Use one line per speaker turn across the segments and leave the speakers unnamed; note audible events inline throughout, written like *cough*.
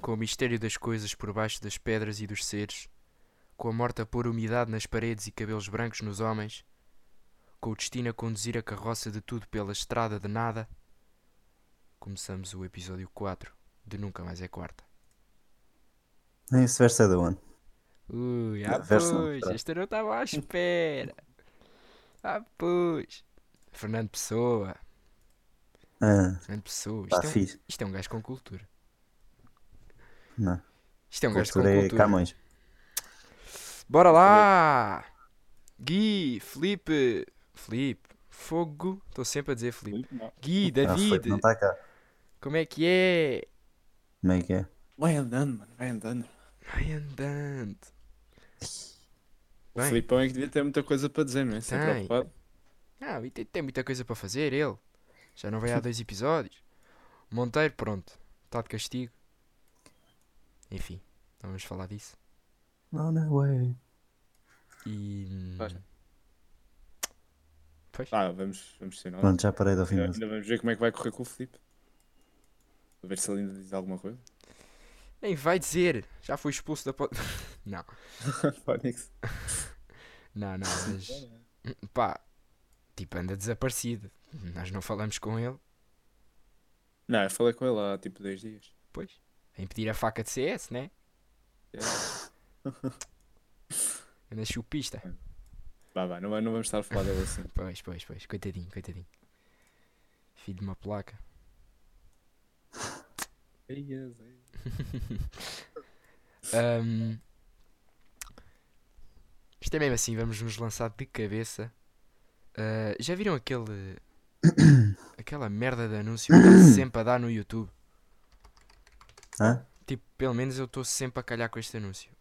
com o mistério das coisas por baixo das pedras e dos seres, com a morte a pôr umidade nas paredes e cabelos brancos nos homens, com o destino a conduzir a carroça de tudo pela estrada de nada, começamos o episódio 4 de Nunca Mais É Quarta.
Esse verso é da onde?
Ui, ah
Não, verso não,
pois,
tá.
esta não estava à espera. Ah pois. Fernando Pessoa,
Ah,
Fernando Pessoa,
pá,
isto é, um,
fixe.
isto é um gajo com cultura.
Não.
Isto é um gajo com
Cultura é
cultura.
Camões.
Bora lá! Gui, Felipe, Felipe, Fogo, estou sempre a dizer Felipe. Gui,
Ah, Filipe,
David,
não está cá.
como é que é?
Como é que é?
Vai andando, mano, vai andando.
Vai andando.
O
Bem.
Filipão é que devia ter muita coisa para dizer, não é? Sempre
Tem.
ocupado.
Ah, e tem, tem muita coisa para fazer, ele. Já não veio há dois episódios. Monteiro, pronto, está de castigo. Enfim, não vamos falar disso.
Não, não, ué.
E. hum,
Pois.
Pois.
Ah, vamos, vamos ser nós.
Pronto, já parei de ouvir
Ainda,
música.
ainda vamos ver como é que vai correr com o Filipe. A ver se ele ainda diz
*laughs*
alguma coisa.
Nem vai dizer, já foi expulso da. po- não,
Fónix.
não, *laughs* não, mas. Pá, tipo, anda desaparecido. Nós não falamos com ele,
Não, eu falei com ele há tipo dois dias.
pois. A impedir a faca de CS, né?
É.
Anda chupista.
Vá, vá, não, vai- não vamos estar a falar
*laughs*
dele assim.
Pois, pois, pois. Coitadinho, coitadinho. Filho de uma placa.
Eias, eias.
Ahm, Isto é mesmo assim, vamos nos lançar de cabeça. Ah, já viram *coughs* aquele. aquela merda de anúncio que tá sempre a dar no YouTube?
Hã?
Tipo, pelo menos eu estou sempre a calhar com este anúncio.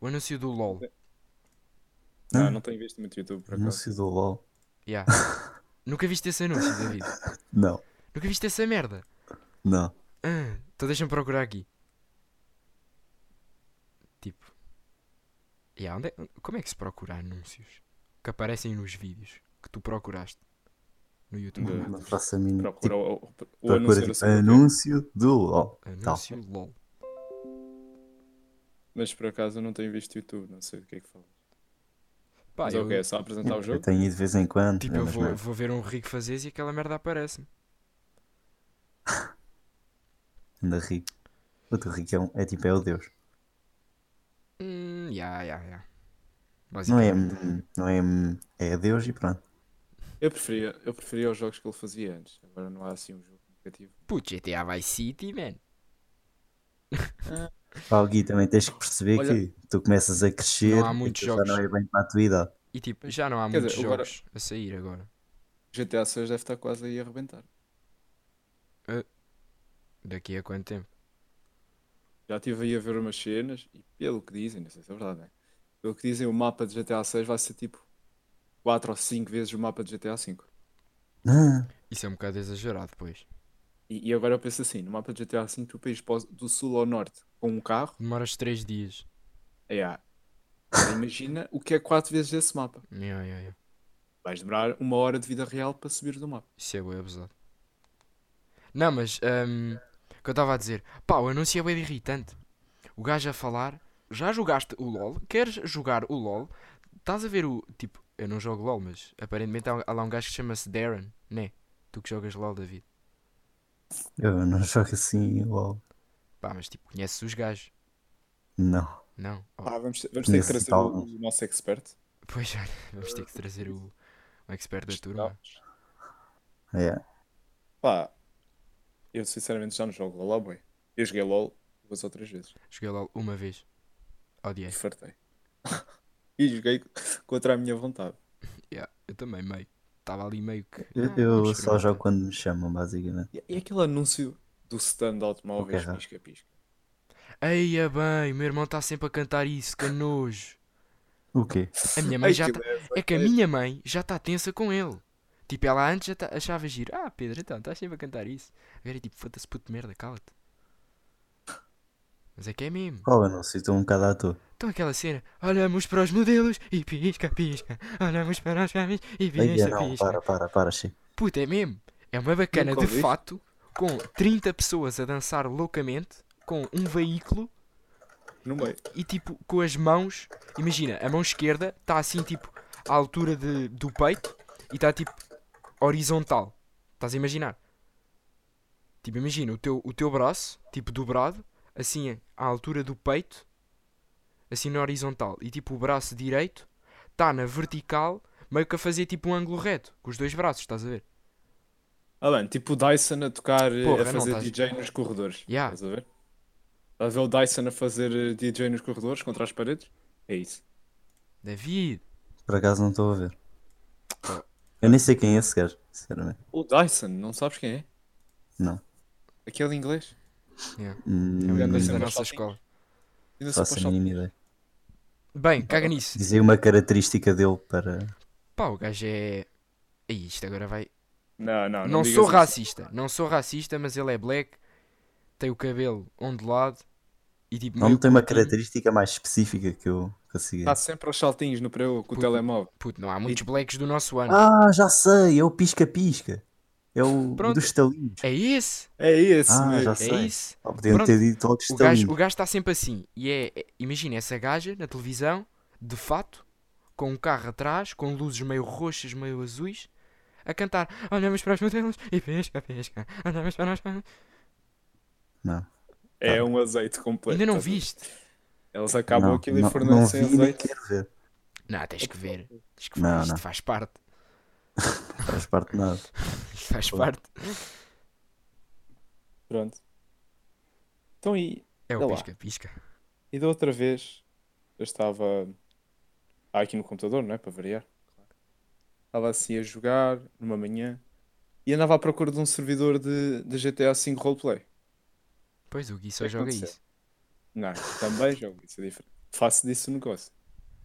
O anúncio do LOL.
Não,
Ah.
não tenho visto muito YouTube por acaso.
Anúncio do LOL.
Yeah. Nunca viste esse anúncio, David?
Não,
Nunca viste essa merda?
não.
Ah, então deixa-me procurar aqui. Tipo. Yeah, onde é- Como é que se procura anúncios que aparecem nos vídeos que tu procuraste no YouTube?
Não.
Não faço a mínima.
Procura
Tipo,
o, o,
procura
o anúncio.
tipo,
do seu conteúdo.
anúncio do LOL.
Anúncio LOL.
Mas por acaso eu não tenho visto YouTube, não sei do que é que fala.
Pá,
Mas
eu,
ok, é só apresentar o
Eu
jogo.
tenho ido de vez em quando.
Tá tipo,
é,
eu
mas
vou,
não.
vou ver um rico fazer e aquela merda aparece-me.
Anda rico. O teu rico é, um- é tipo, é o Deus.
Hum, yeah, yeah, yeah.
Não é.
Basicamente.
hum, Não é. hum, É Deus e pronto.
Eu preferia, eu preferia os jogos que ele fazia antes. Agora não há assim um jogo negativo.
Putz, GTA Vice City, man.
Pá, o Gui, também tens que perceber
Olha-
que tu começas a crescer.
Não há muitos
e tu já
jogos.
não é bem para a tua idade.
E tipo, já não há
Quer
muitos
dizer, agora-
jogos a sair agora.
GTA 6 deve estar quase aí a arrebentar.
Daqui a quanto tempo?
Já estive aí a ver umas cenas e pelo que dizem, não sei se é verdade, né? Pelo que dizem, o mapa de GTA 6 vai ser tipo 4 ou 5 vezes o mapa de GTA 5.
Ah,
Isso é um bocado exagerado, pois.
E, e agora eu penso assim, no mapa de GTA 5 tu país do sul ao norte com um carro,
Demoras 3 dias.
é ah, agora imagina o que é 4 vezes esse mapa.
Yeah, yeah, yeah.
Vais demorar uma hora de vida real para subir do mapa.
Isso é bem abusado. Não, mas hum, o que eu estava a dizer, pá, o anúncio é bem irritante. O gajo a falar, já jogaste o LOL, queres jogar o LOL, estás a ver o. Tipo, eu não jogo LOL, mas aparentemente há, há lá um gajo que chama-se Darren, né? Tu que jogas LOL, David.
eu não jogo assim LOL.
Pá, mas tipo, conheces os gajos?
Não.
Não? Oh, *laughs*
Ah, vamos, vamos
ter que Conheço trazer o- tal.
o nosso expert.
Pois olha, vamos ter que trazer o, o expert da turma.
É.
Pá, eu sinceramente já não jogo LOL, ó, boy. Eu joguei LOL duas ou três vezes
Joguei LOL uma vez.
e
É.
Odiei.
fartei. *laughs* e joguei contra a minha vontade.
Yeah, eu também meio. Estava ali meio que.
Eu,
"Ah,
eu
vamos
só jogo
experimentar."
quando me chamam, basicamente.
E, e aquele anúncio do stand de automóveis
Ok, já.
pisca-pisca?
Eia bem, meu irmão está sempre a cantar isso, que nojo.
O quê?
A minha mãe
Ai,
já
que
tipo,
tá-
leve,
É que a
ai,
minha mãe já está tensa com ele. Tipo, ela antes já tá- achava giro. Ah, Pedro, então, estás sempre a cantar isso. Agora é tipo, foda-se puto de merda, cala-te. Mas é que é mesmo.
Qual anúncio? Estou um bocado à toa.
Então aquela cena, olhamos para os modelos e pisca, pisca. Olhamos para os homens e
Ai,
pisca,
não,
pisca.
para, para, para, chega.
Puta, é mesmo. É uma bacana
Nunca
de
ouviste?
fato, com 30 pessoas a dançar loucamente, com um veículo
No meio.
e tipo com as mãos, imagina, a mão esquerda está assim tipo à altura de- do peito e está tipo horizontal. Estás a imaginar? Tipo, imagina o teu, o teu braço, tipo dobrado, assim à altura do peito, assim na horizontal. E tipo o braço direito está na vertical, meio que a fazer tipo um ângulo reto, com os dois braços, estás a ver?
Ah, bem, tipo o Dyson a tocar, eh,
Porra,
a
não
fazer
estás-
DJ nos corredores.
Yeah.
Estás a ver? Estás a ver o Dyson a fazer eh, DJ nos corredores contra as paredes? É isso.
David,
Por acaso não estou a ver.
Ah.
Eu nem sei quem é esse gajo, sinceramente.
O Dyson, não sabes quem é?
Não.
Aquele inglês?
Hum,
é o
Hum,
inglês da
mas
nossa
saltinho.
escola.
Ainda só
faço
para
a mínima ideia.
Bem, caga nisso.
Dizia uma característica dele para.
Pá, o gajo é. Ei, isto agora vai.
Não, não, não.
Não
digas
sou
isso.
racista, não sou racista, mas ele é black, tem o cabelo ondulado e tipo.
Não
meio
tem uma
curtinho.
característica mais específica que eu consiga.
Tá,
Está sempre aos saltinhos no preu com o
Puto.
telemóvel.
Puto, não há muitos blacks do nosso ano.
Ah, já sei! É o pisca-pisca. É o
Pronto.
dos estalinhos.
É esse?
É esse
Ah,
mesmo.
já
É
sei.
isso?
Só podiam
Pronto.
ter dito logo
O gajo,
estalinhos.
o gajo está sempre assim. E é. é- Imagina essa gaja na televisão, de fato, com um carro atrás, com luzes meio roxas, meio azuis, a cantar: Olhamos para os modelos e pesca, pesca. Olhamos para nós.
Não.
É um azeite completo.
Ainda não
estás a ver?
viste?
Eles acabam
não,
aquilo e
não,
fornecem
não vi, nem
azeite.
quero ver.
Não, tens que ver. Tens que
Não,
ver. Isto
não.
faz parte.
Não faz parte de nada.
Isto faz
Pô.
parte.
Pronto. Então e,
É
Sei
o
lá.
pisca-pisca.
e da outra vez eu estava ah, aqui no computador, não é? Para variar. Estava assim a jogar numa manhã e andava à procura de um servidor de, de GTA V roleplay.
Pois o Gui só
que
joga
aconteceu?
isso.
Não, também jogo, isso é diferente. Faço disso um negócio.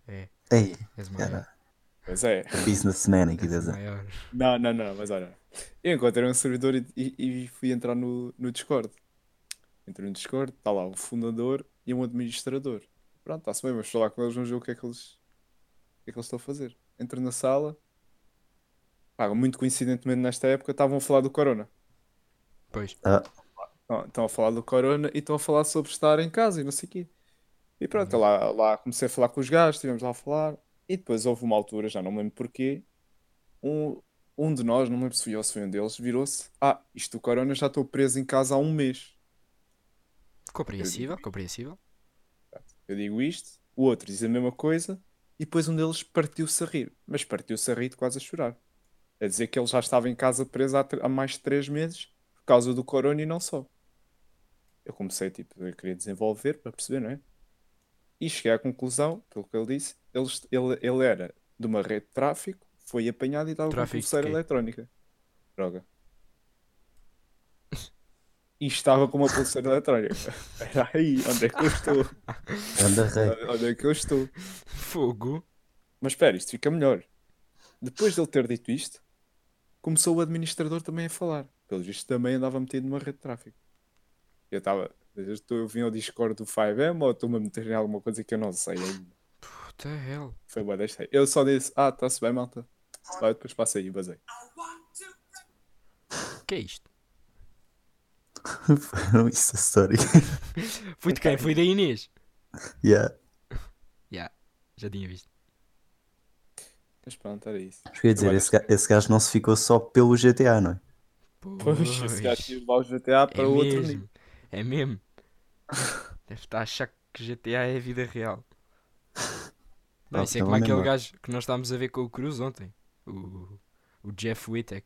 Ei,
És o maior.
cara,
Pois é.
businessman aqui,
És
das
o maior.
Não, não, não, mas olha. Eu encontrei um servidor e, e- e fui entrar no, no Discord. Entrei no Discord, está lá o fundador e um administrador. Pronto, está-se bem, vamos falar com eles, vamos ver o que é que eles, o que é que eles estão a fazer. Entro na sala. Pá, muito coincidentemente nesta época estavam a falar do Corona.
Pois.
Ah,
Estão- Estão a falar do Corona e estão a falar sobre estar em casa e não sei o quê. E pronto, lá, lá comecei a falar com os gajos, estivemos lá a falar. E depois houve uma altura, já não me lembro porquê, um, um de nós, não me lembro se fui eu ou se foi um deles, virou-se: Ah, isto do Corona já estou preso em casa há um mês.
Compreensível, compreensível.
Eu digo isto, o outro diz a mesma coisa, e depois um deles partiu-se a rir. Mas partiu-se a rir de quase a chorar. A dizer que ele já estava em casa preso há, tre- há mais de três meses por causa do corona e não só. Eu comecei, tipo, eu queria desenvolver para perceber, não é? E cheguei à conclusão, pelo que ele disse, ele, est- ele, ele era de uma rede de tráfico, foi apanhado e estava com
Tráfico de
pulseira
quê?
eletrónica. Droga. E estava com uma pulseira eletrónica. *laughs* Espera aí, onde é que eu estou?
anda rei.
Onde é que eu estou?
Fogo.
Mas espera, isto fica melhor. Depois de ele ter dito isto, começou o administrador também a falar. Pelo visto, também andava metido numa rede de tráfico. Eu estava. Eu, estou- eu vim ao Discord do 5M ou estou-me a meter em alguma coisa que eu não sei ainda.
Puta hell.
Foi boa desta. Eu só disse: Ah, está-se bem, malta. Vai, depois passa aí e basei.
Que é isto?
Foram isso a história. *laughs*
Foi de quem? Foi da Inês.
yeah.
Já tinha visto.
Mas pronto, era isso.
Mas eu ia dizer,
Agora-
esse ga- esse gajo não se ficou só pelo GTA, não é? *laughs*
Pois, esse gajo
Pois.
teve lá o GTA para
é
outro
mesmo.
nível.
É mesmo. Deve estar a achar que GTA é a vida real. Não,
Ah,
isso é
pelo
como aquele
menos.
gajo que nós estávamos a ver com o Cruz ontem. O, o Jeff Whittack.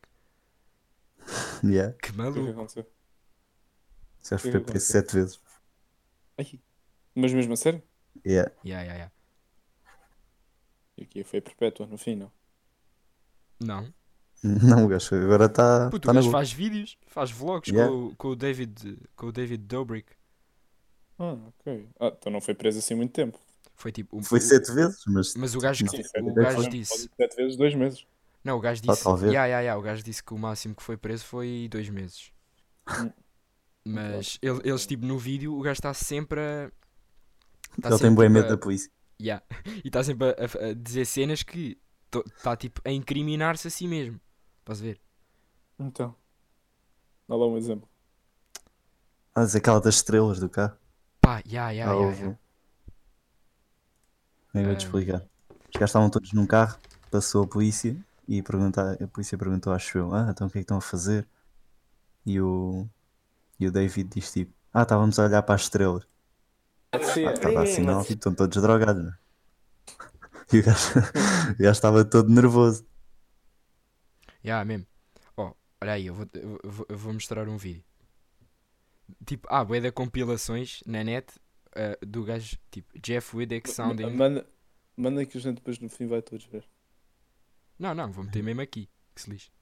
Yeah.
Que
Foi o que
maluco.
aconteceu.
Esse gajo foi preso sete vezes.
Ai. Mas mesmo a sério?
Yeah.
Yeah, yeah, yeah.
E aqui foi perpétua no fim, não?
Não.
Não, o gajo foi- agora está
Puto,
tá
o
na
gajo
boa.
faz vídeos, faz vlogs
Yeah.
com, o- com o David, com o David Dobrik.
Ah, ok. Ah, então não foi preso assim muito tempo.
Foi tipo. um-
Foi
o-
sete vezes, mas
Mas o gajo,
Não,
que-
Sim, sete
o
vezes
gajo
não,
disse.
pode- Sete vezes dois meses.
Não, o gajo
Ah,
disse.
talvez.
Ya, ya, ya, o gajo disse que o máximo que foi preso foi dois meses.
Hum.
Mas ele- eles, tipo, no vídeo, o gajo está sempre a. Tá
ele tem
sempre,
bem
tipo,
medo
*laughs* a-
da polícia.
Ya. E está sempre a, a- a dizer cenas que está tipo a incriminar-se a si mesmo. Estás a ver?
Então. Dá lá um exemplo.
Ah, Mas aquela das estrelas do carro.
Pá, ya, ya,
Ah,
ya,
houve.
ya.
Como é que eu vou
Ah.
te explicar? Os gajos estavam todos num carro, passou a polícia e pergunta- a polícia perguntou, acho eu, ah, então o que é que estão a fazer? E o, e o David diz tipo, ah, estávamos a olhar para as estrelas. Ah, estava assim, não, tipo, estão todos drogados, né? *laughs* E o gajo, o gajo estava todo nervoso.
Ya, mesmo. Ó, olha aí, eu vou, eu vou- eu vou mostrar um vídeo. Tipo, ah, bué de compilações na net ah, do gajo, tipo, Jeff Widdick Sounding.
Manda, manda que a gente depois no fim vai todos ver.
Não, não, vou meter mesmo aqui, que se lixe.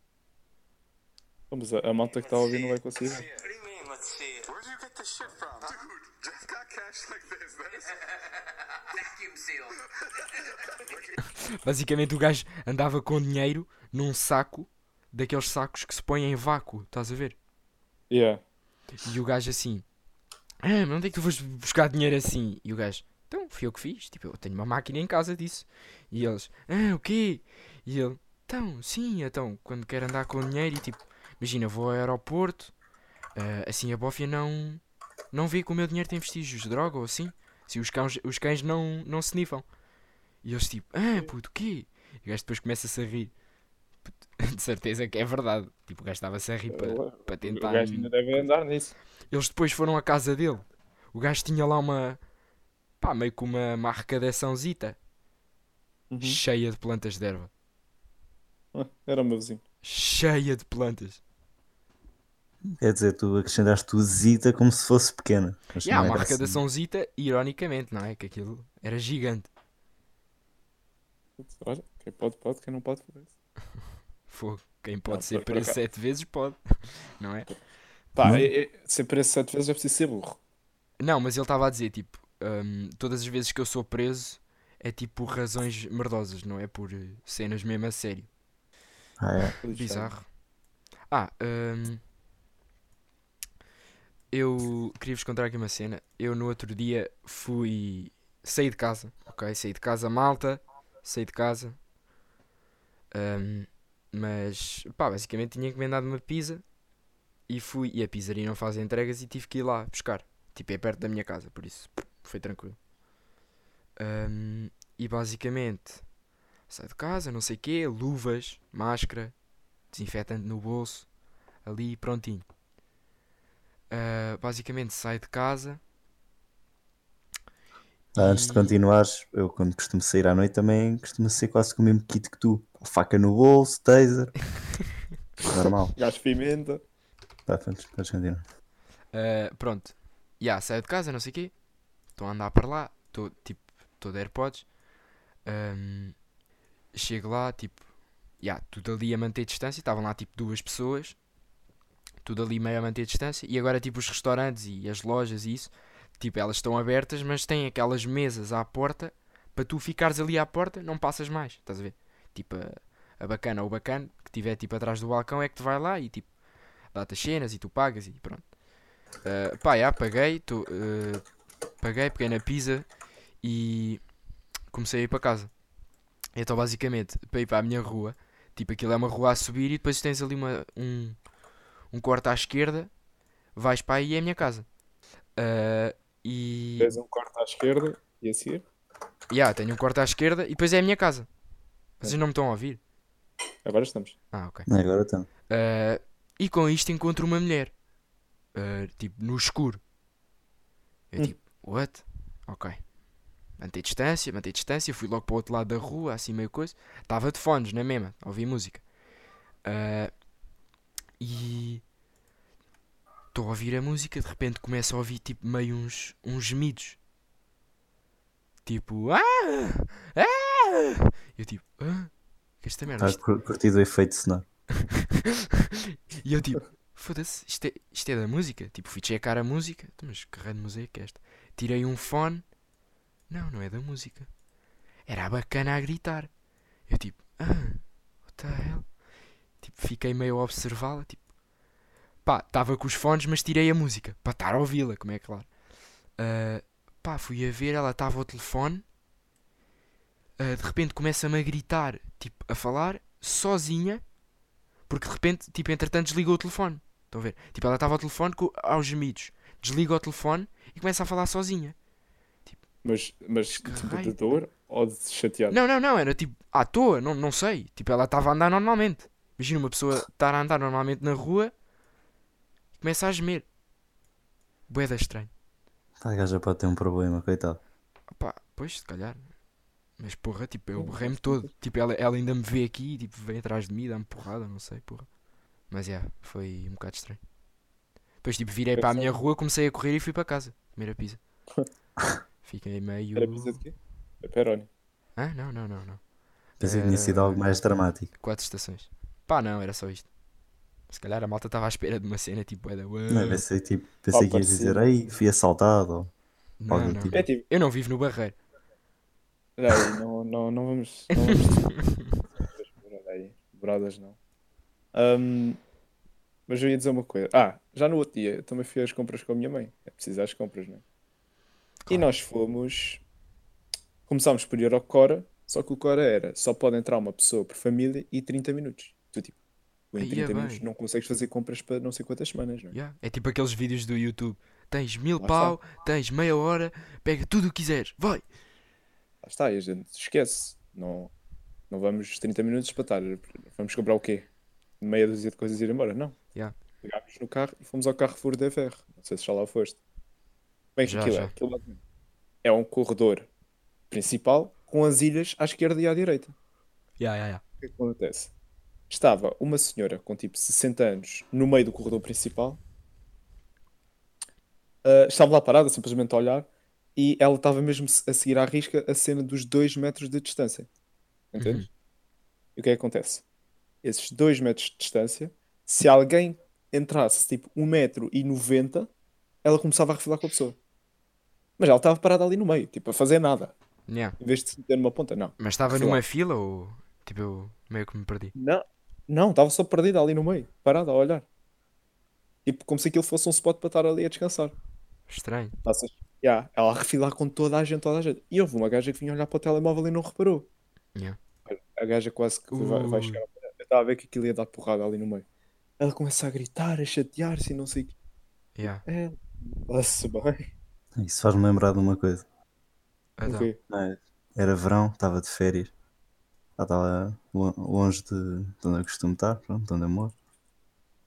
Vamos, a, a malta que está a ouvir não vai conseguir. ver.
What do you mean, let's see it?
Where do you get this shit from? Dude, Jeff got cash like this. That is
Vacuum sealed.
*laughs*
Basicamente o gajo andava com dinheiro num saco, daqueles sacos que se põem em vácuo, estás a ver?
Yeah.
E o gajo assim, ah, mas onde é que tu foste buscar dinheiro assim? E o gajo, então, fui eu que fiz, tipo, eu tenho uma máquina em casa disso. E eles, ah, o quê? E ele, então, sim, então, quando quero andar com dinheiro e tipo, imagina, vou ao aeroporto, ah, assim a bófia não, não vê que o meu dinheiro tem vestígios de droga ou assim, se os cães, os cães não, não se nivam. E eles tipo, ah, puto, o quê? E o gajo depois começa-se a rir. *laughs* Puto, De certeza que é verdade. Tipo, o gajo estava-se a rir para, para tentar.
É O gajo ainda deve andar nisso.
Eles depois foram à casa dele. O gajo tinha lá uma. pá, meio que uma, uma arrecadaçãozita.
Uhum.
Cheia de plantas de erva.
Ah, Era o meu vizinho.
Cheia de plantas.
Quer dizer, tu acrescentaste o Zita como se fosse pequena. Mas
E há
não
uma
era assim.
arrecadaçãozita, ironicamente, não é? Que aquilo era gigante.
Olha, quem pode, pode, quem não pode, pode.
Fogo. Quem pode
Não,
ser
por- por
preso
acaso.
sete vezes pode. *laughs* Não é?
Pá,
Não.
é, é, ser preso sete vezes é preciso ser burro.
Não, mas ele estava a dizer, tipo, hum, todas as vezes que eu sou preso é tipo por razões merdosas, não é? Por eh, cenas mesmo a sério.
Ah, é.
Bizarro. Ah, hum, eu queria vos contar aqui uma cena. Eu no outro dia fui. saí de casa, ok? Saí de casa, malta. Saí de casa. Hum, mas, pá, basicamente tinha encomendado uma pizza e fui. E a pizzaria não faz entregas e tive que ir lá buscar. Tipo, é perto da minha casa, por isso foi tranquilo. Hum, e basicamente saio de casa, não sei o quê, luvas, máscara, desinfetante no bolso, ali prontinho. Ah, basicamente saio de casa.
Ah, Antes de continuares, eu quando costumo sair à noite também costumo ser quase com o mesmo kit que tu. Faca no bolso, taser. Normal.
Gás pimenta.
Tá, podes podes continuar.
Ah, pronto. Já, saio de casa, não sei o quê. Estou a andar para lá. Estou, tipo, estou de AirPods. Ahm, chego lá, tipo... Já, tudo ali a manter distância. Estavam lá, tipo, duas pessoas. Tudo ali meio a manter distância. E agora, tipo, os restaurantes e as lojas e isso... Tipo, elas estão abertas, mas têm aquelas mesas à porta. Para tu ficares ali à porta, não passas mais. Estás a ver? Tipo, a, a bacana ou o bacana que tiver, tipo, atrás do balcão é que te vai lá e, tipo... Dá-te as cenas e tu pagas e pronto. Uh, pá, já, paguei, tô, uh, paguei, peguei na pizza e comecei a ir para casa. Então, basicamente, para ir para a minha rua, tipo, aquilo é uma rua a subir e depois tens ali uma, um, um corte à esquerda, vais para aí e é a minha casa. Uh, e.
Fez um corte à esquerda e a seguir.
Ya, tenho um corte à esquerda e depois é a minha casa. Vocês não me estão a ouvir?
Agora estamos.
Ah, ok.
Não, Agora então.
Ah, e com isto encontro uma mulher. Ah, tipo, no escuro. Eu
Hum.
tipo, what? Ok. Mantei distância, mantei distância. Fui logo para o outro lado da rua, assim meio coisa. Estava de fones, não é mesmo? A Ouvir música. Ah, e. Estou a ouvir a música, de repente começo a ouvir tipo meio uns, uns gemidos. Tipo, ah! Ah! Eu tipo, ah! Que esta merda.
Estás
Isto...
cur- curtido o efeito sonoro.
E eu tipo, foda-se, isto é, isto é da música? Tipo, fui checar a música, Então, mas que raio de música é esta? Tirei um fone, não, não é da música. Era a bacana a gritar. Eu tipo, ah, what the hell? Tipo, fiquei meio a observá-la, tipo, pá, estava com os fones, mas tirei a música, para estar a ouvi-la, como é claro. Ah, pá, fui a ver, ela estava ao telefone, Ah, de repente começa-me a gritar, tipo, a falar, sozinha, porque de repente, tipo, entretanto desligou o telefone. Estão a ver? Tipo, ela estava ao telefone co- aos gemidos. desliga o telefone e começa a falar sozinha.
Mas, mas tipo,
Caralho.
de dor ou de chateado?
Não, não, não, era tipo à toa, não, não sei. Tipo, ela estava a andar normalmente. Imagina uma pessoa estar a andar normalmente na rua e começa a gemer. Boeda estranho.
A gaja pode ter um problema, coitado.
Opá, pois, se calhar. Mas porra, tipo, eu borrei-me todo. Tipo, ela, ela ainda me vê aqui, tipo, vem atrás de mim, dá-me porrada, não sei, porra. Mas é, foi um bocado estranho. Depois, tipo, virei para a minha rua, comecei a correr e fui para casa. Primeira
*laughs*
pizza. Fiquei meio.
Era pizza de quê? É Peroni.
Ah, não, não, não, não.
Pensei que tinha sido algo mais dramático.
Quatro estações. Pá, não, era só isto. Se calhar a malta estava à espera de uma cena tipo, é da.
Não,
Não,
pensei, tipo, pensei que ias dizer, ei, fui assaltado. ou-
não,
algum tipo.
É tipo,
Eu não vivo no barreiro.
olha aí, não, não, não vamos. Não vamos Olha aí, Bradas não. Ahm, mas eu ia dizer uma coisa. Ah, já no outro dia eu também fui às compras com a minha mãe. É preciso ir às compras, não é? E
Claro.
nós fomos. Começámos por ir ao Cora, só que o Cora era só pode entrar uma pessoa por família e 30 minutos. Tu, tipo, em
Aí é
30
bem.
minutos não consegues fazer compras para não sei quantas semanas, não é?
Yeah, É tipo aqueles vídeos do YouTube. Tens mil
Lá
pau, tens meia hora, pega tudo o que quiseres, vai!
Lá está, e a gente esquece. Não, não vamos 30 minutos para estar. Vamos comprar o quê? Meia dúzia de coisas e ir embora? Não.
Yeah.
Pegámos no carro e fomos ao Carrefour da Ferro. Não sei se já lá foste. Bem, que
Já,
aquilo é?
já.
Aquilo lá dentro é um corredor principal com as ilhas à esquerda e à direita.
Yeah, yeah, yeah.
O que é que acontece? Estava uma senhora com tipo 60 anos no meio do corredor principal. Ah, estava lá parada, simplesmente a olhar, e ela estava mesmo a seguir à risca a cena dos 2 metros de distância. Entendes? E o que é que acontece? Esses 2 metros de distância, se alguém entrasse tipo 1,90m, ela começava a refilar com a pessoa. Mas ela estava parada ali no meio, tipo, a fazer nada.
Yeah.
Em vez de se meter numa ponta, não.
Mas estava
Sei
numa fila ou tipo eu meio que me perdi?
Não, não, estava só perdida ali no meio, parada a olhar. Tipo, como se aquilo fosse um spot para estar ali a descansar.
Estranho.
Passas. Yeah, ela a refilar com toda a gente, toda a gente. E houve uma gaja que vinha olhar para o telemóvel e não reparou.
Yeah.
Olha, A gaja quase que vai, vai
Uh.
Ui.
chegar. ao pé. Eu estava a ver que aquilo ia dar porrada ali no meio. Ela começa a gritar, a chatear-se e não sei o que.
Yeah.
É, está-se bem.
Isso faz-me lembrar de uma coisa.
Então,
Ok.
Não é? Era verão, estava de férias. Já estava lo- longe de de onde eu costumo estar, pronto, de onde eu moro.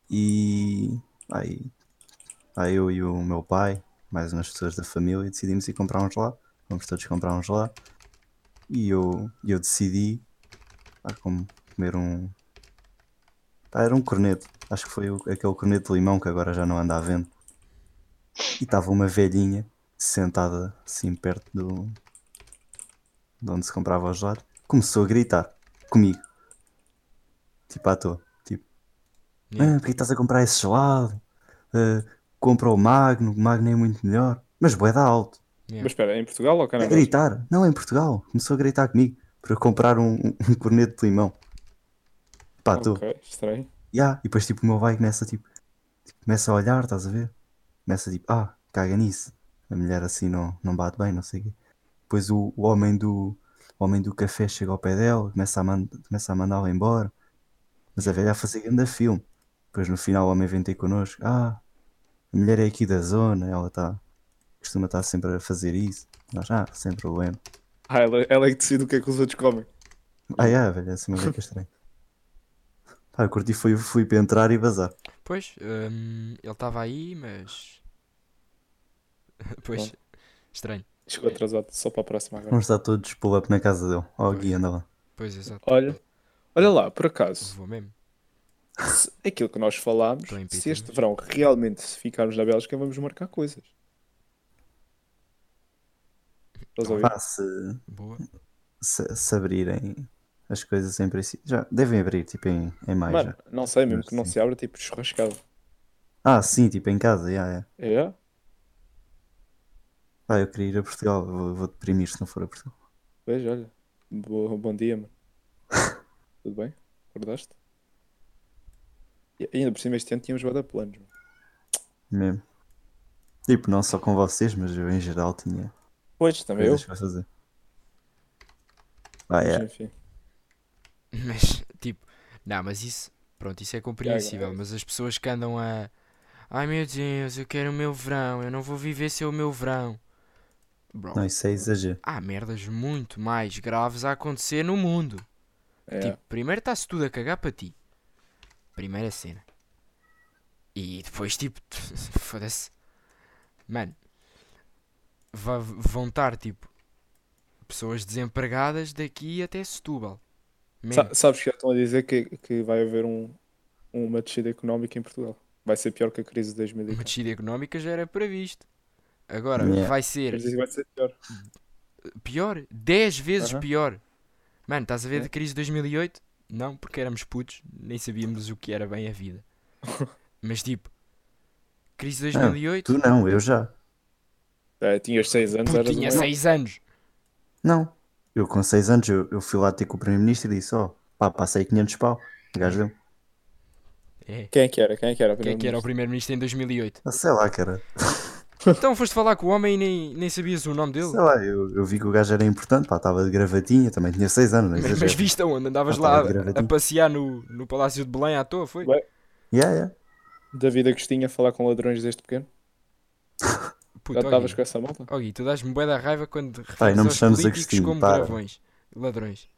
E aí, aí eu e o meu pai, mais umas pessoas da família, decidimos ir comprar um gelado. Vamos todos comprar um gelado. E eu, eu decidi pá, como comer um. pá, era um corneto. Acho que foi o- aquele corneto de limão que agora já não anda à venda. E estava uma velhinha sentada assim perto do, de onde se comprava o gelado, começou a gritar comigo. Tipo à toa. Tipo,
Yeah.
ah, porque estás a comprar esse gelado? Ah, compra o Magno, o Magno é muito melhor. Mas bué dá alto.
Yeah.
Mas espera, é em Portugal ou
A
Canadá?
gritar. Não, em Portugal. Começou a gritar comigo para eu comprar um, um, um corneto de limão. Pá, tu.
Ok, estranho.
Ya, E depois tipo o meu pai começa tipo, tipo, começa a olhar, estás a ver? Começa tipo, ah, caga nisso. A mulher assim não, não bate bem, não sei o quê. Depois o, o homem do o homem do café chega ao pé dela, começa a, man- começa a mandá-la embora. Mas a velha a fazer grande filme. Depois no final o homem vem ter connosco. Ah, a mulher é aqui da zona, ela está. Costuma estar sempre a fazer isso. Nós, ah, sem problema.
Ah, ela, ela é que decide o que é que os outros comem.
Ah, é, velho, assim uma beca estranha. *laughs* Pá, eu curti, fui, fui para entrar e vazar.
Pois, hum, ele estava aí, mas. *laughs* pois, estranho.
Chegou atrasado, só para a próxima agora.
Vamos estar todos pull-up na é casa dele. Ó, o Gui, anda lá.
Pois, exato.
Olha, olha lá, por acaso.
Vou mesmo.
se- aquilo que nós falámos,
Estou em
se
pizza,
este
mas-
verão realmente se ficarmos na Bélgica, vamos marcar coisas. Estás a ouvir?
Pá, se,
Boa. *laughs*
se, se abrirem as coisas em princípio. Já devem abrir, tipo em, em maio.
Mano,
já.
não sei, mesmo que não
Sim.
se abra, tipo churrascado.
Ah, sim, tipo em casa, já é.
É?
Pá, eu queria ir a Portugal. Vou, vou deprimir se não for a Portugal.
Veja, olha. Bo- bom
*laughs*
dia, mano. Tudo bem? Acordaste? E ainda por cima este ano tínhamos guarda planos, mano.
Mesmo. Tipo, não só com vocês, mas eu em geral tinha
Pois, também eu.
coisas para fazer. Ah,
Mas,
é.
enfim.
Mas, tipo, não, mas isso, pronto, isso é compreensível.
agora-
Mas as pessoas que andam a, Ai meu Deus, eu quero o meu verão, eu não vou viver sem o meu verão. Bro,
Não, isso é exagero.
há merdas muito mais graves a acontecer no mundo.
É.
Tipo, primeiro está-se tudo a cagar para ti. Primeira cena. E depois, tipo, *laughs* foda-se. Mano, va- vão estar, tipo, pessoas desempregadas daqui até Setúbal.
Sa-
Mesmo.
sabes que já estão a dizer que, que vai haver um, uma descida económica em Portugal. Vai ser pior que a crise de
Uma
2008.
descida económica já era previsto. Agora,
Yeah.
vai ser
Mas isso vai ser pior.
pior, 10 vezes
Aham.
pior. Mano, estás a ver
É.
de crise de 2008? Não, porque éramos putos, nem sabíamos o que era bem a
*laughs*
vida. Mas tipo, crise de
Não,
2008,
Tu não, eu já.
É, tinhas 6 anos,
puto
eras
tinha
um
6 anos.
Não. Eu com 6 anos, eu, eu fui lá ter com o Primeiro-Ministro e disse, ó, pá, passei 500 pau. O gajo deu.
É.
Quem é que era? Quem é que era?
Quem é que era o primeiro-ministro em 2008?
Ah, Sei lá, cara.
*laughs* então foste falar com o homem e nem, nem sabias o nome dele?
Sei lá, eu, eu vi que o gajo era importante, pá, estava de gravatinha, também tinha 6 anos, não é?
Mas,
exagero.
mas viste aonde? Andavas
Ah,
lá
tava de
a- a,
gravatinha.
passear no, no Palácio de Belém à toa, foi?
Ué.
Yeah, yeah.
David Agostinho a falar com ladrões desde pequeno?
Puto,
Já
ó,
estavas
Gui.
com essa malta?
Ó, Gui, tu dás-me bué da raiva quando referes
não me
aos
chames
políticos
Agostinho,
como
para.
travões. Ladrões.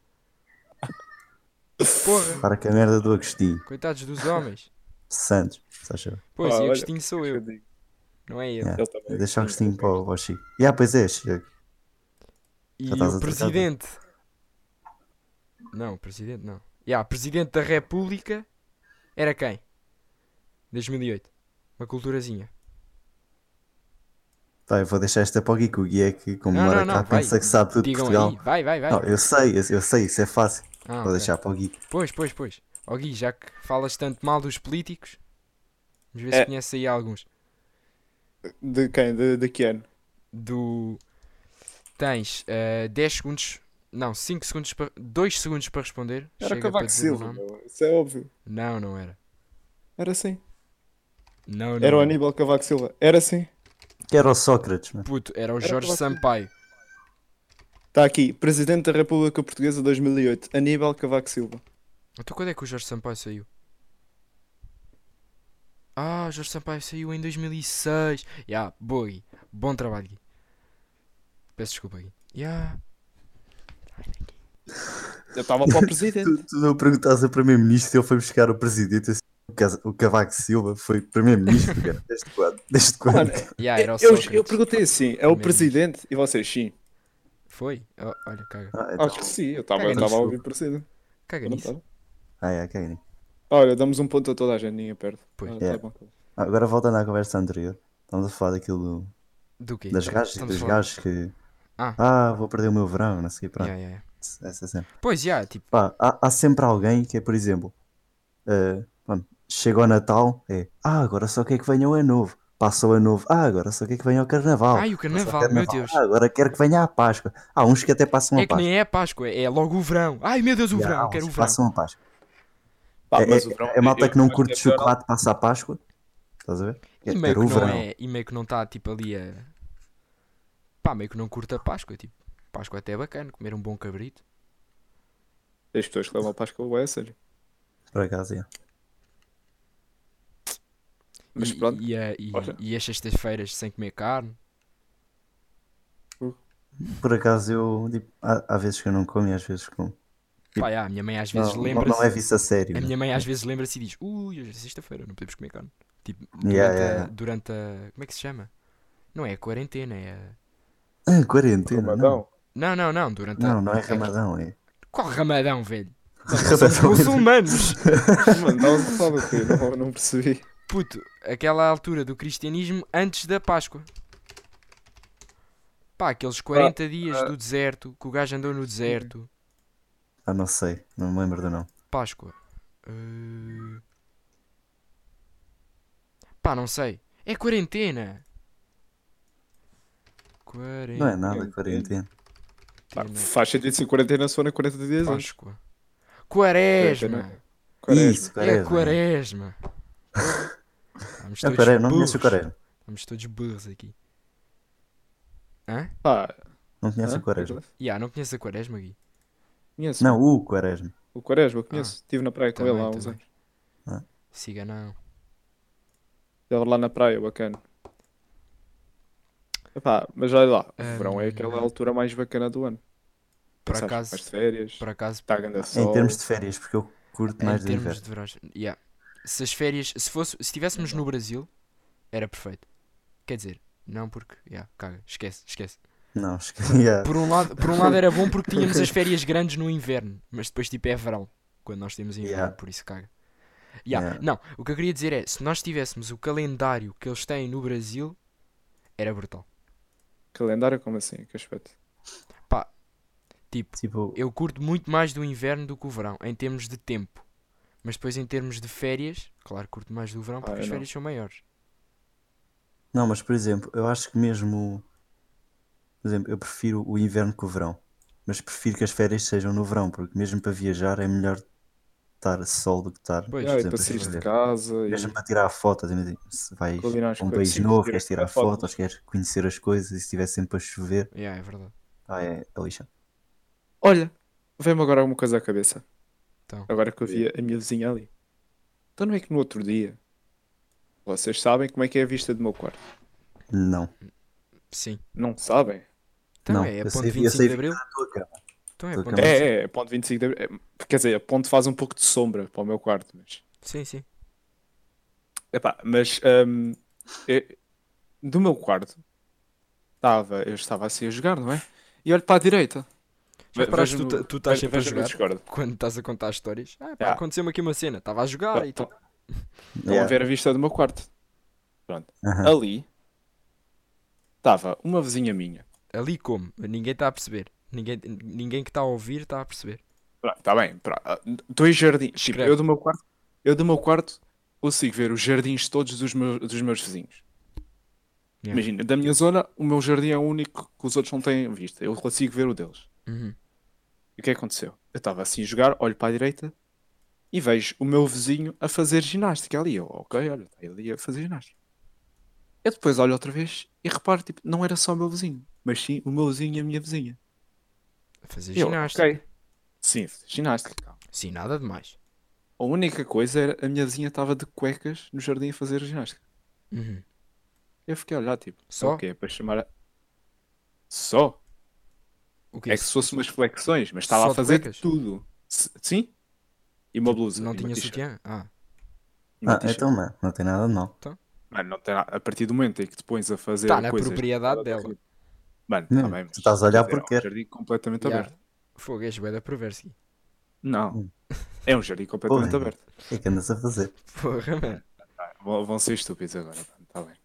Porra,
Para que a merda do Agostinho.
coitados dos homens.
Santos. Estás a ver?
Pois,
Ah,
e
olha,
Agostinho sou eu,
digo,
não é ele.
Yeah.
Ele também.
Deixa o Agostinho para o, para o Chico. Yeah, pois é, Chico.
E
Já estás
o
a trocar,
presidente. Não, o presidente não. E a presidente da República era quem? 2008. Uma culturazinha.
Tá, eu vou deixar esta para o Gui, que o Gui é que, como
Não,
mora
não,
cá,
não, vai.
pensa que sabe tudo de
Digam
Portugal.
aí, vai, vai, vai.
Não, eu sei, eu, eu sei, isso é fácil.
Ah, ok.
Vou deixar para o Gui.
Pois, pois, pois. Ó Gui, já que falas tanto mal dos políticos, vamos ver
É.
se conheces aí alguns.
De quem? De, de que ano?
Do. Tens eh, 10 segundos. Não, 5 segundos para. 2 segundos para responder. Chega
Era
para
Cavaco
dizer o
Silva,
nome.
meu. Isso é óbvio.
Não, não era.
Era assim.
Não, não.
Era o
era. um-
Aníbal Cavaco Silva. Era assim.
Que era o Sócrates, mano.
Puto, era o
Era
Jorge
Cavaco Silva.
Sampaio.
Está Tá aqui. Presidente da República Portuguesa 2008. Aníbal Cavaco Silva.
Então quando é que o Jorge Sampaio saiu? Ah, o Jorge Sampaio saiu em 2006. Ya, boa Gui. Bom trabalho, Gui. Peço desculpa, Gui. Ya.
Eu estava
*laughs*
para o presidente.
Tu, tu não perguntaste ao Primeiro-Ministro, ele foi buscar o Presidente. assim, o Cas- o Cavaco Silva foi Primeiro-Ministro,
*laughs*
cara. Desde quando? Desde quando?
Mano,
Ya, Ah, era o
eu,
Sócrates.
eu perguntei assim. É o
Mesmo.
presidente? E vocês, sim.
Foi? Ó, olha, caga.
Ah, então.
Acho que sim. Eu estava
Caga
eu estava a
nisso.
ouvir presidente.
Caga
Eu não
nisso.
estava.
Ah, é, ok.
Olha, damos um ponto a toda a gente. Ninguém perde.
Pois.
Ah, tá
É.
bom.
Ah, Agora voltando à conversa anterior, estamos a falar daquilo
Do quê?
do- das gajas e
Estamos a
dos
falar-
gajos que.
Ah.
Ah, vou perder o meu verão, não sei o quê,
Ya,
pronto.
ya, ya.
Essa é sempre.
Pois, já, tipo,
Pá, há, há sempre alguém que é, por exemplo, eh, pronto, chega ao Natal, é ah, agora só quer que venha o Ano Novo, passa o Ano Novo, ah, agora só quer que venha o Carnaval,
Ai, o
agora só
Carnaval,
quer
meu
Natal.
Deus.
Ah, agora quero que venha a Páscoa. Há uns que até passam a
é que
Páscoa.
nem é a Páscoa, é logo o verão. Ai meu Deus, o
E há
verão,
uns
quero o
que
verão.
Passam a Páscoa.
Pá,
é,
mas o
é-
verão-
é malta
eu-
que não
eu acho
curte
é pior
chocolate, passa a Páscoa. Estás a ver?
E
Quer
meio
ter
que
o
não
verão.
é, e meio que não está tipo ali a. Pá, meio que não curta a Páscoa, tipo. Páscoa até é bacana, comer um bom cabrito.
As pessoas que levam a Páscoa bué a sério.
Por acaso, é.
Mas
e,
pronto.
E, a- e,
Olha.
e as sextas-feiras sem comer carne.
Por acaso eu tipo, há, há vezes que eu não como e às vezes como.
Pá, já, a minha mãe às vezes
Não, não,
lembra-se.
não é visto a sério.
A
né?
minha mãe às vezes lembra-se e diz: Ui, hoje é sexta-feira, não podemos comer carne. Tipo, durante,
Yeah,
a-
yeah, yeah.
durante a. Como é que se chama? Não é a quarentena, é a.
Ah, quarentena. Não,
Ramadão.
Não, não, não, durante a.
não, não é
*laughs*
Ramadão, é.
Qual ramadão, velho? Somos
*laughs* Ramadão.
muçulmanos!
Mano, dá um salve aqui. Não,
*laughs*
não percebi.
Puto, aquela altura do cristianismo antes da Páscoa. Pá, aqueles 40 dias do deserto, que o gajo andou no deserto.
Ah, não sei, não me lembro do nome.
Páscoa. Eh, Pá, não sei. É quarentena. Quarentena.
Não é nada, quarentena.
Pá, faz sentido se quarentena só na 40
é?
dias antes.
Páscoa. Quaresma.
Quarentena. Quaresma.
Isso,
É
quaresma. *laughs*
quaresma. Vamos
É
todos
quaresma, não conheço o
burros.
quaresma.
Vamos todos burros aqui.
Pá,
Não conheço
hã?
o quaresma.
Ya, não conheço a quaresma, Gui.
Conheço.
Não, o quaresma.
O
Ah,
Quaresma, eu conheço. Estive na praia com
Também,
ele há uns
também.
anos.
Siga não.
Ele lá na praia, bacana. Epá, mas olha lá, o
Ah,
verão é aquela altura mais bacana do ano.
Por
Sabes,
acaso,
As férias,
por acaso,
está a grande
É Em
sol.
termos de férias, porque eu curto mais
É, em
de
termos
inverno.
de verões, yeah. Se as férias, se fosse, se estivéssemos no Brasil, era perfeito. Quer dizer, não porque, yeah, caga, esquece, esquece.
Não, esque- *laughs* yeah.
Por um lado, *laughs* por um lado era bom porque tínhamos *laughs* as férias grandes no inverno, mas depois tipo é verão, quando nós temos inverno,
Yeah.
por isso caga. Yeah,
Yeah.
Não, o que eu queria dizer é, se nós tivéssemos o calendário que eles têm no Brasil, era brutal.
Calendário, como assim? Que aspecto?
Tipo,
Tipo,
eu curto muito mais do inverno do que o verão, em termos de tempo. Mas depois em termos de férias, claro, curto mais do verão porque
Ah, eu
as
não.
férias são maiores.
não, mas por exemplo, eu acho que mesmo. Por exemplo, eu prefiro o inverno que o verão. Mas prefiro que as férias sejam no verão, porque mesmo para viajar é melhor estar a sol do que estar. por
Pois.
Ah, e
exemplo,
para
a
saíres de
chover.
casa e
Mesmo para tirar fotos, imagina, se vais
Combinar as
a um
coisas.
país
Sim,
novo,
tirar
queres tirar
fotos.
fotos, queres conhecer as coisas e se estiver sempre a chover,
Yeah, é verdade.
ah, é, é lixa.
Olha, veio-me agora alguma coisa à cabeça.
Então.
Agora que eu vi a minha vizinha ali. Então não é que no outro dia, vocês sabem como é que é a vista do meu quarto?
Não.
É
Sim.
Não sabem?
Então
Não,
é a
eu
ponto
sei- eu
25
sei
de Abril?
ficar na tua
um
cama.
Então é
Estou
a
a
ponto
acabar.
de-
É, é, ponto 25 de abril. É, Quer dizer, a ponte faz um pouco de sombra para o meu quarto, mas.
Sim, sim.
Epá, mas hum, é- do meu quarto estava, eu estava assim a jogar, não é? E olho para a direita.
Já
Ve-
paraste,
vejo
tu
no-
ta- tu estás
ve-
sempre a
vejo no
jogar?
Discord.
Quando estás a contar histórias, ah, pá,
Ah.
aconteceu-me aqui uma cena, estava a jogar e
Então,
tal.
Estão a
Yeah.
ver a vista do meu quarto. Pronto.
Aham.
Ali estava uma vizinha minha.
Ali como? Ninguém está a perceber. Ninguém, ninguém que está a ouvir está a perceber.
Pronto, está bem. pronto. Ah, Dois jardins. Tipo,
Escreve.
eu do meu quarto, eu do meu quarto consigo ver os jardins todos dos meus, dos meus vizinhos.
Yeah.
Imagina, da minha zona, o meu jardim é o único que os outros não têm vista. Eu consigo ver o deles.
Uhum.
E o que é que aconteceu? Eu estava assim a jogar, olho para a direita e vejo o meu vizinho a fazer ginástica ali. Eu, ok, olha, está ali a fazer ginástica. Eu depois olho outra vez e reparo, tipo, não era só o meu vizinho, mas sim o meu vizinho e a minha vizinha.
A fazer
E eu,
ginástica.
ok. Sim, fazer ginástica. calma.
Sim, nada demais.
A única coisa era a minha vizinha estava de cuecas no jardim a fazer ginástica.
Uhum.
Eu fiquei a olhar, tipo,
Só?
o quê? Para chamar a... Só?
O que
É que se fosse umas flexões, mas estava
Tipo, Só
a
de
fazer
cuecas? Tipo,
tudo. S- Sim? E uma blusa.
Não
e uma
tinha
t-shirt,
sutiã? Ah,
e uma
Ah,
t-shirt.
então, mano, não tem nada de mal.
Mano, não tem nada. A partir do momento em que te pões a fazer
está Tá na
coisas-
propriedade dela.
Mano,
Não,
tá bem,
tu
mas
estás a olhar
quer dizer,
porque
É um
era.
jardim completamente
Yeah.
aberto.
Fogo, és bué da perversa.
Não.
Hum.
É um jardim completamente
Porra.
aberto.
O que é que andas a fazer?
*laughs* Porra, mano.
Ah, Vão, vão ser estúpidos agora, mano, tá
*laughs*
bem.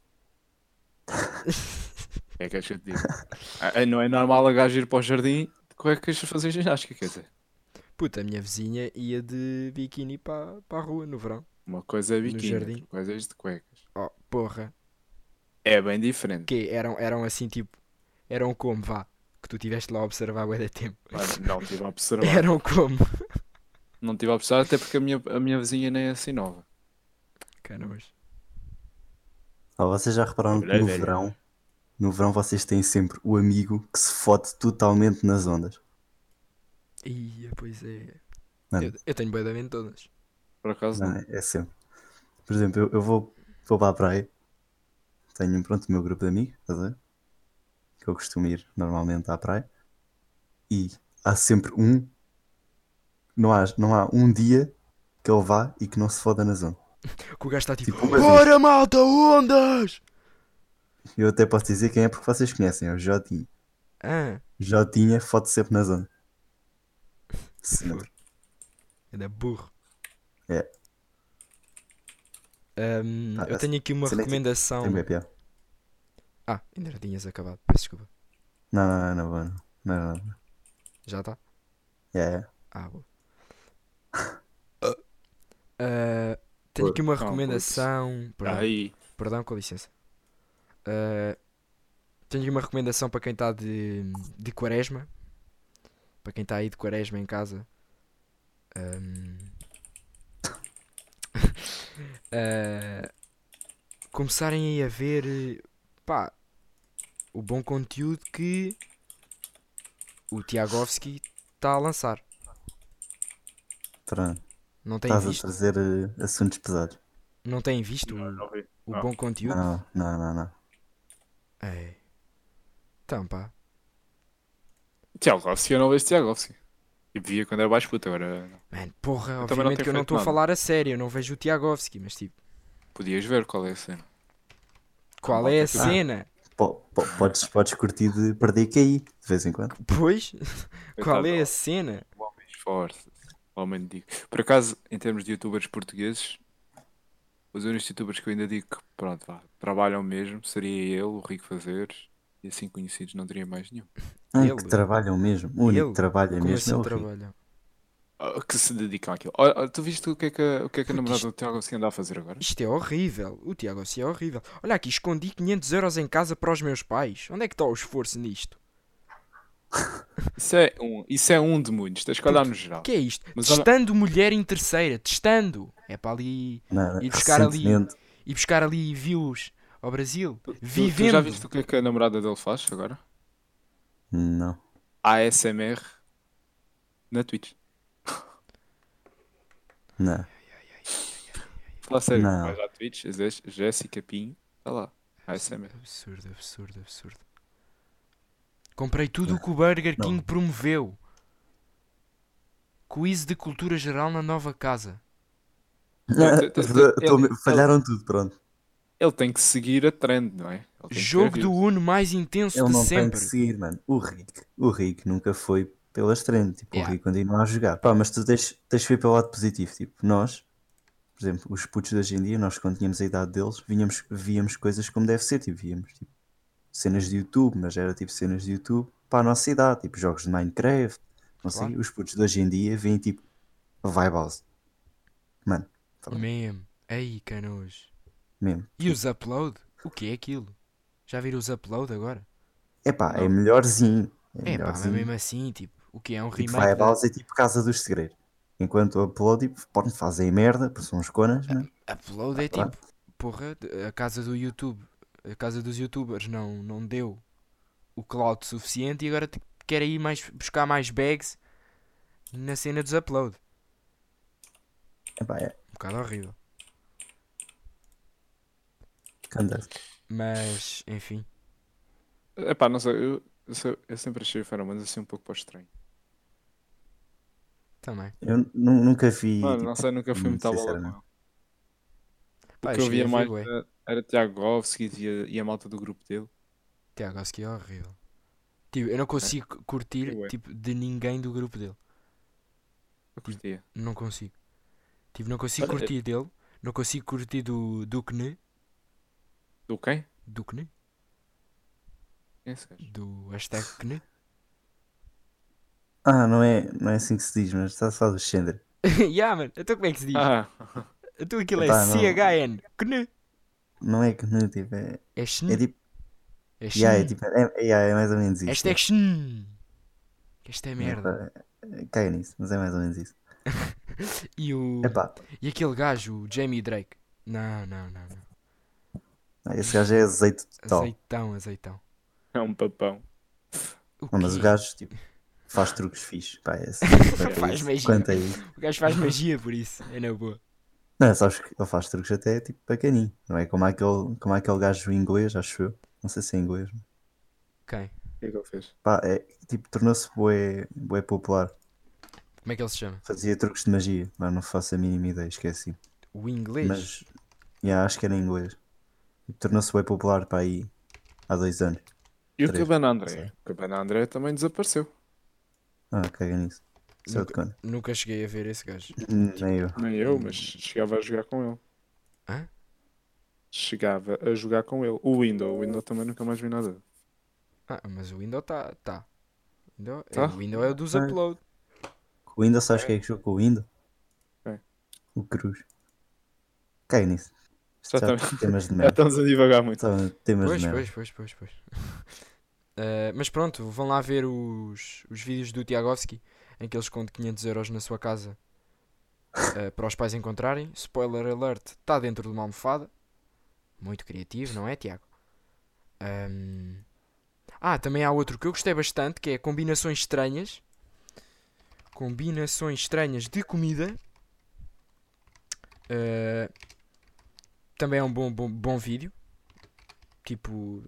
é que é que eu te digo. Ah, ah, Não é normal a gajo ir para o jardim de cuecas a fazer ginástica, quer dizer.
Puta, a minha vizinha ia de biquíni para a rua no verão.
Uma coisa é biquíni,
jardim.
outra coisa é de cuecas.
Oh, porra.
É bem diferente.
Que eram, eram assim, tipo, eram como, vá, que tu estiveste lá a observar bué da tempo.
Mano, não estive
*laughs*
a observar.
Eram como.
Não estive a observar, até porque a minha, a minha vizinha nem é assim nova.
Canoas.
Ah, vocês já repararam que
Olha,
no
velho.
verão, no verão vocês têm sempre o amigo que se fode totalmente nas ondas.
Ia, pois é.
Mano.
Eu, eu tenho bué de aventuras.
Por acaso não. Tá
Não, é- é sempre. Por exemplo, eu, eu vou, vou para a praia, tenho pronto o meu grupo de amigos, estás a ver? Que eu costumo ir normalmente à praia, e há sempre um, não há, não há um dia que ele vá e que não se foda na zona.
Que o gajo está tipo,
Tipo, uma vez.
Bora malta, ondas!
Eu até posso dizer quem é porque vocês conhecem, é o Jotinho.
Ah,
Jotinha fode sempre na zona. Sempre.
ele é burro.
É.
Ahm,
Ah,
eu tenho aqui uma
essa nem-
recomendação.
Sempre é pior.
Ah, ainda não tinhas acabado, peço desculpa.
Não, não, não, não, não, não, não.
Já está?
É, é.
Ah,
*laughs*
boa. Ah, tenho aqui uma
Não,
recomendação. Perdão,
Aí,
perdão, com licença. Ah, tenho aqui uma recomendação para quem está de, de quaresma. Para quem está aí de quaresma em casa. Ahm. *laughs* Ah, começarem aí a ver eh, pá, o bom conteúdo que o Tiagovski está a lançar.
Pronto.
Não têm
Estás a
visto?
Tá, trazer eh, assuntos pesados.
Não têm visto o-
não vi.
o
Ah.
bom conteúdo.
Não, não, não, não.
Ei. Então, pá.
Tiago Rossi, eu não vejo Tiago Rossi. E via quando era baixo puto, agora não.
Man, porra,
Eu também não
obviamente
tenho
que eu não
feito
estou a
nada.
falar a sério, eu não vejo o Tiagovski, mas tipo,
podias ver qual é a cena.
qual
malta
é a
que dá.
cena? *laughs*
Po- po- podes, podes curtir de perder KI de vez em quando.
Pois, qual
Coitado,
é a cena?
Força. Homem digo. Oh, Por acaso, em termos de youtubers portugueses, os únicos youtubers que eu ainda digo que, pronto, vá, trabalham mesmo, seria ele, o Rico Fazeres, e assim conhecidos não teria mais nenhum.
Um
Ele.
que trabalham mesmo. O único
Ele.
que trabalha
Como
mesmo é
assim
o Rico.
trabalham?
Ah, Que se dedicam àquilo. Olha, olha, tu viste o que é que, a- o que, é que a namorada do Tiago se anda a fazer agora?
Isto é horrível, o Tiagovski é horrível. Olha aqui, escondi 500 euros em casa para os meus pais. Onde é que está o esforço nisto?
Isso é um, isso é um de muitos, tens que olhar no geral.
O que é isto?
Mas olha-
testando mulher em terceira, testando. É para ali
Não,
E buscar ali-
recentemente,
e buscar ali views ao Brasil.
Tu, tu já
Vivendo.
viste o que é que a namorada dele faz agora?
Não.
ASMR na Twitch.
Não.
Fala sério,
Não.
vais à Twitch, às vezes, Jéssica Pinho, está lá, ASMR.
Absurdo, absurdo, absurdo. Comprei tudo o que o Burger
É. Não.
King promoveu. Quiz de cultura geral na nova casa.
Eu- eu- eu-
*laughs* Tô-
eu-
Falharam tudo, pronto.
Ele tem que seguir a trend, não é? Ele tem que ter
Jogo do
views.
Uno mais intenso
Ele
de
não tem
sempre.
que seguir, mano. O Rick. O Rick nunca foi pelas trends. Tipo,
Yeah.
o Rick continua a jogar. Pá, mas tu tens, tens que ver pelo lado positivo. Tipo, nós, por exemplo, os putos de hoje em dia, nós quando tínhamos a idade deles, vinhamos, víamos coisas como deve ser. Tipo, víamos tipo, cenas de YouTube, mas era tipo cenas de YouTube para a nossa idade. Tipo, jogos de Minecraft. Não sei.
Claro.
Os putos de hoje em dia vêm tipo, vai balse. Mano,
Meme. Ei, canos.
mesmo.
E os upload? O que é aquilo? Já viram os upload agora?
Epá, é melhorzinho. É,
É pá, mas
melhorzinho.
mesmo assim, tipo, o que é um
Tipo,
remake? da-
Fireballs é tipo Casa dos Segredos. Enquanto o Upload, tipo, pode fazem merda, porque são uns conas, né?
Upload
Ah,
é
tá.
claro.
tipo, porra, de- a casa do YouTube, a casa dos youtubers não, não deu o cloud suficiente e agora te- quer ir mais, buscar mais bags na cena dos upload.
Epá, é.
Um bocado horrível.
Canda.
Mas, enfim.
Epá, não sei, eu, eu, sei- eu sempre achei o Feromonas assim um pouco para o estranho.
Também.
Eu nu- nunca vi.
Mano,
tipo,
não sei, nunca fui
muito né?
muito à bola
sinceramente.
com ele.
Pá,
O que eu
cheguei a
via
ver,
mais
bué.
era, era Tiago Govski e, a- e a malta do grupo dele.
Tiago, acho que é horrível. Tipo, eu não consigo cu- curtir
Eu é.
tipo, de ninguém do grupo dele.
Hum.
Eu curtia.
Não consigo. Tipo, não consigo
Olha, é- eu-
curtir dele. Não consigo curtir do Ducne.
Do quem?
Ducne?
Quem é esse gajo?
Do hashtag Kne. *laughs*
Ah, não é, não é assim que se diz, mas está só do Xandre.
yeah, mano. Então como é que se diz?
Ah,
Então aquilo é
Epá, não-
CHN. Kne.
Não é que não, tipo, é,
É
é
Shn.
tipo.
É Shn.
Yeah, é, tipo é, é, yeah, é mais ou menos isso.
Hashtag Shn. Esta é
é,
merda.
pá, é, Caio nisso, mas é mais ou menos isso.
E o.
Epá,
E aquele gajo, o Jamie Drake. Não, não, não, não.
esse gajo é azeite total.
Azeitão, azeitão.
é um papão.
O
Não, mas o
quê?
gajo, tipo, faz truques fixe. Pá,
*laughs*
é assim. Quanto a
Faz
isso.
magia.
Quanto a isso.
O gajo
*laughs*
faz magia por isso. É na boa.
Não, sabes que ele faz truques até tipo bacaninho, não é? Como aquele, como aquele gajo inglês, acho eu. Não sei se é inglês. mas-
Quem?
O que é que ele fez?
Pá, é, tipo, tornou-se bué, bué popular.
Como é que ele se chama?
Fazia truques de magia, mas não faço a mínima ideia, esqueci.
O inglês?
Mas, yeah, acho que era inglês. E Tornou-se bué popular para aí há dois anos.
E o
Três.
Cabana
Sim.
André? O Cabana André também desapareceu.
Ah, caga nisso. Só de
Nunca-
cona.
Nunca cheguei a ver esse gajo.
Nem eu.
Nem eu, mas chegava a jogar com ele.
Hã?
Chegava a jogar com ele. O Window, o Window também nunca mais vi nada. dele.
Ah, mas o Windows está. Tá. Windows- é,
Tá?
O Windows é o dos
Tá.
upload.
Com o Windows, sabes quem é que jogou com o Windows?
Quem?
O Cruz. Caga nisso.
Já
Já
estamos-
temas de
já
*laughs*
merda.
estamos a divagar muito.
Só temas
Pois,
de merda.
pois, pois, pois, pois. *laughs* Eh, mas pronto, vão lá ver os, os vídeos do Tiagovski em que ele esconde 500 euros na sua casa eh, para os pais encontrarem. Spoiler alert, está dentro de uma almofada. Muito criativo, não é, Tiago? Ahm, Ah, também há outro que eu gostei bastante que é combinações estranhas. Combinações estranhas de comida. Eh, Também é um bom, bom, bom vídeo. Tipo,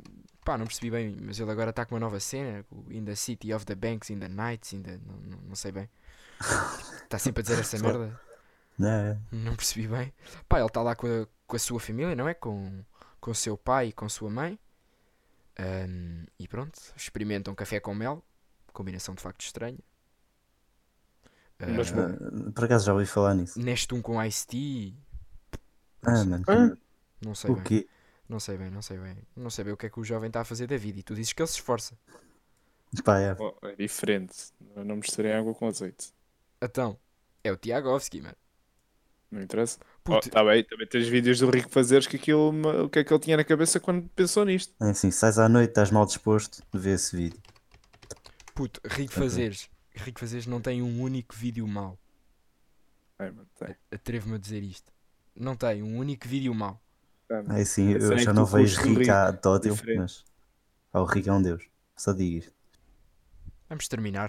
pá, não percebi bem, mas ele agora está com uma nova cena. o In the City of the Banks, in the Nights, in the. Não, não, não sei
*laughs*
bem. Está sempre a dizer essa merda.
Né?
Não percebi bem. Pá, ele está lá com a, com a sua família, não é? Com, com o seu pai e com sua mãe. Ahm, e pronto, experimentam café com mel. Combinação de facto estranha.
Mas
Ah,
bom.
Ah, Por acaso já ouvi falar nisso.
neste um com Ice Tea.
Ah, mano.
Hã?
Não sei
O
tá bem.
quê?
Não sei bem, não sei bem. Não sei bem o que é que o jovem está a fazer da vida. E tu dizes que ele se esforça.
Pá, é.
Oh, é diferente. Eu não misturei água com azeite.
Então, é o Tiagovski, mano.
Não interessa.
Puto,
Oh, tá bem, também tens vídeos do Rico Fazeres que aquilo, o que é que ele tinha na cabeça quando pensou nisto.
É assim, sais à noite, estás mal disposto, vê esse vídeo.
puto, Rico
Ok.
Fazeres. Rico Fazeres não tem um único vídeo mau.
É, mano, tem.
Atrevo-me a dizer isto. Não tem um único vídeo mau.
Tá, mano.
É assim,
Mas
eu
é
já
que
não
tu
vejo
curtes o
rico há
Rico,
Dódil,
diferente.
mas. Ah, o rico é um deus. Só digo isto.
Vamos terminar.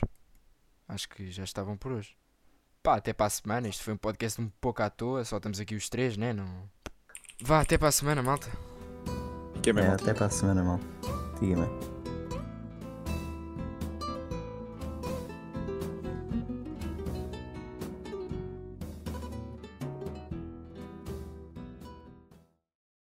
Acho que já estavam por hoje. Pá, até para a semana. Isto foi um podcast um pouco à toa. Só estamos aqui os três, né? Não... Vá, até para a semana, malta.
Que é mesmo.
É, até para a semana, mal. Diga-me.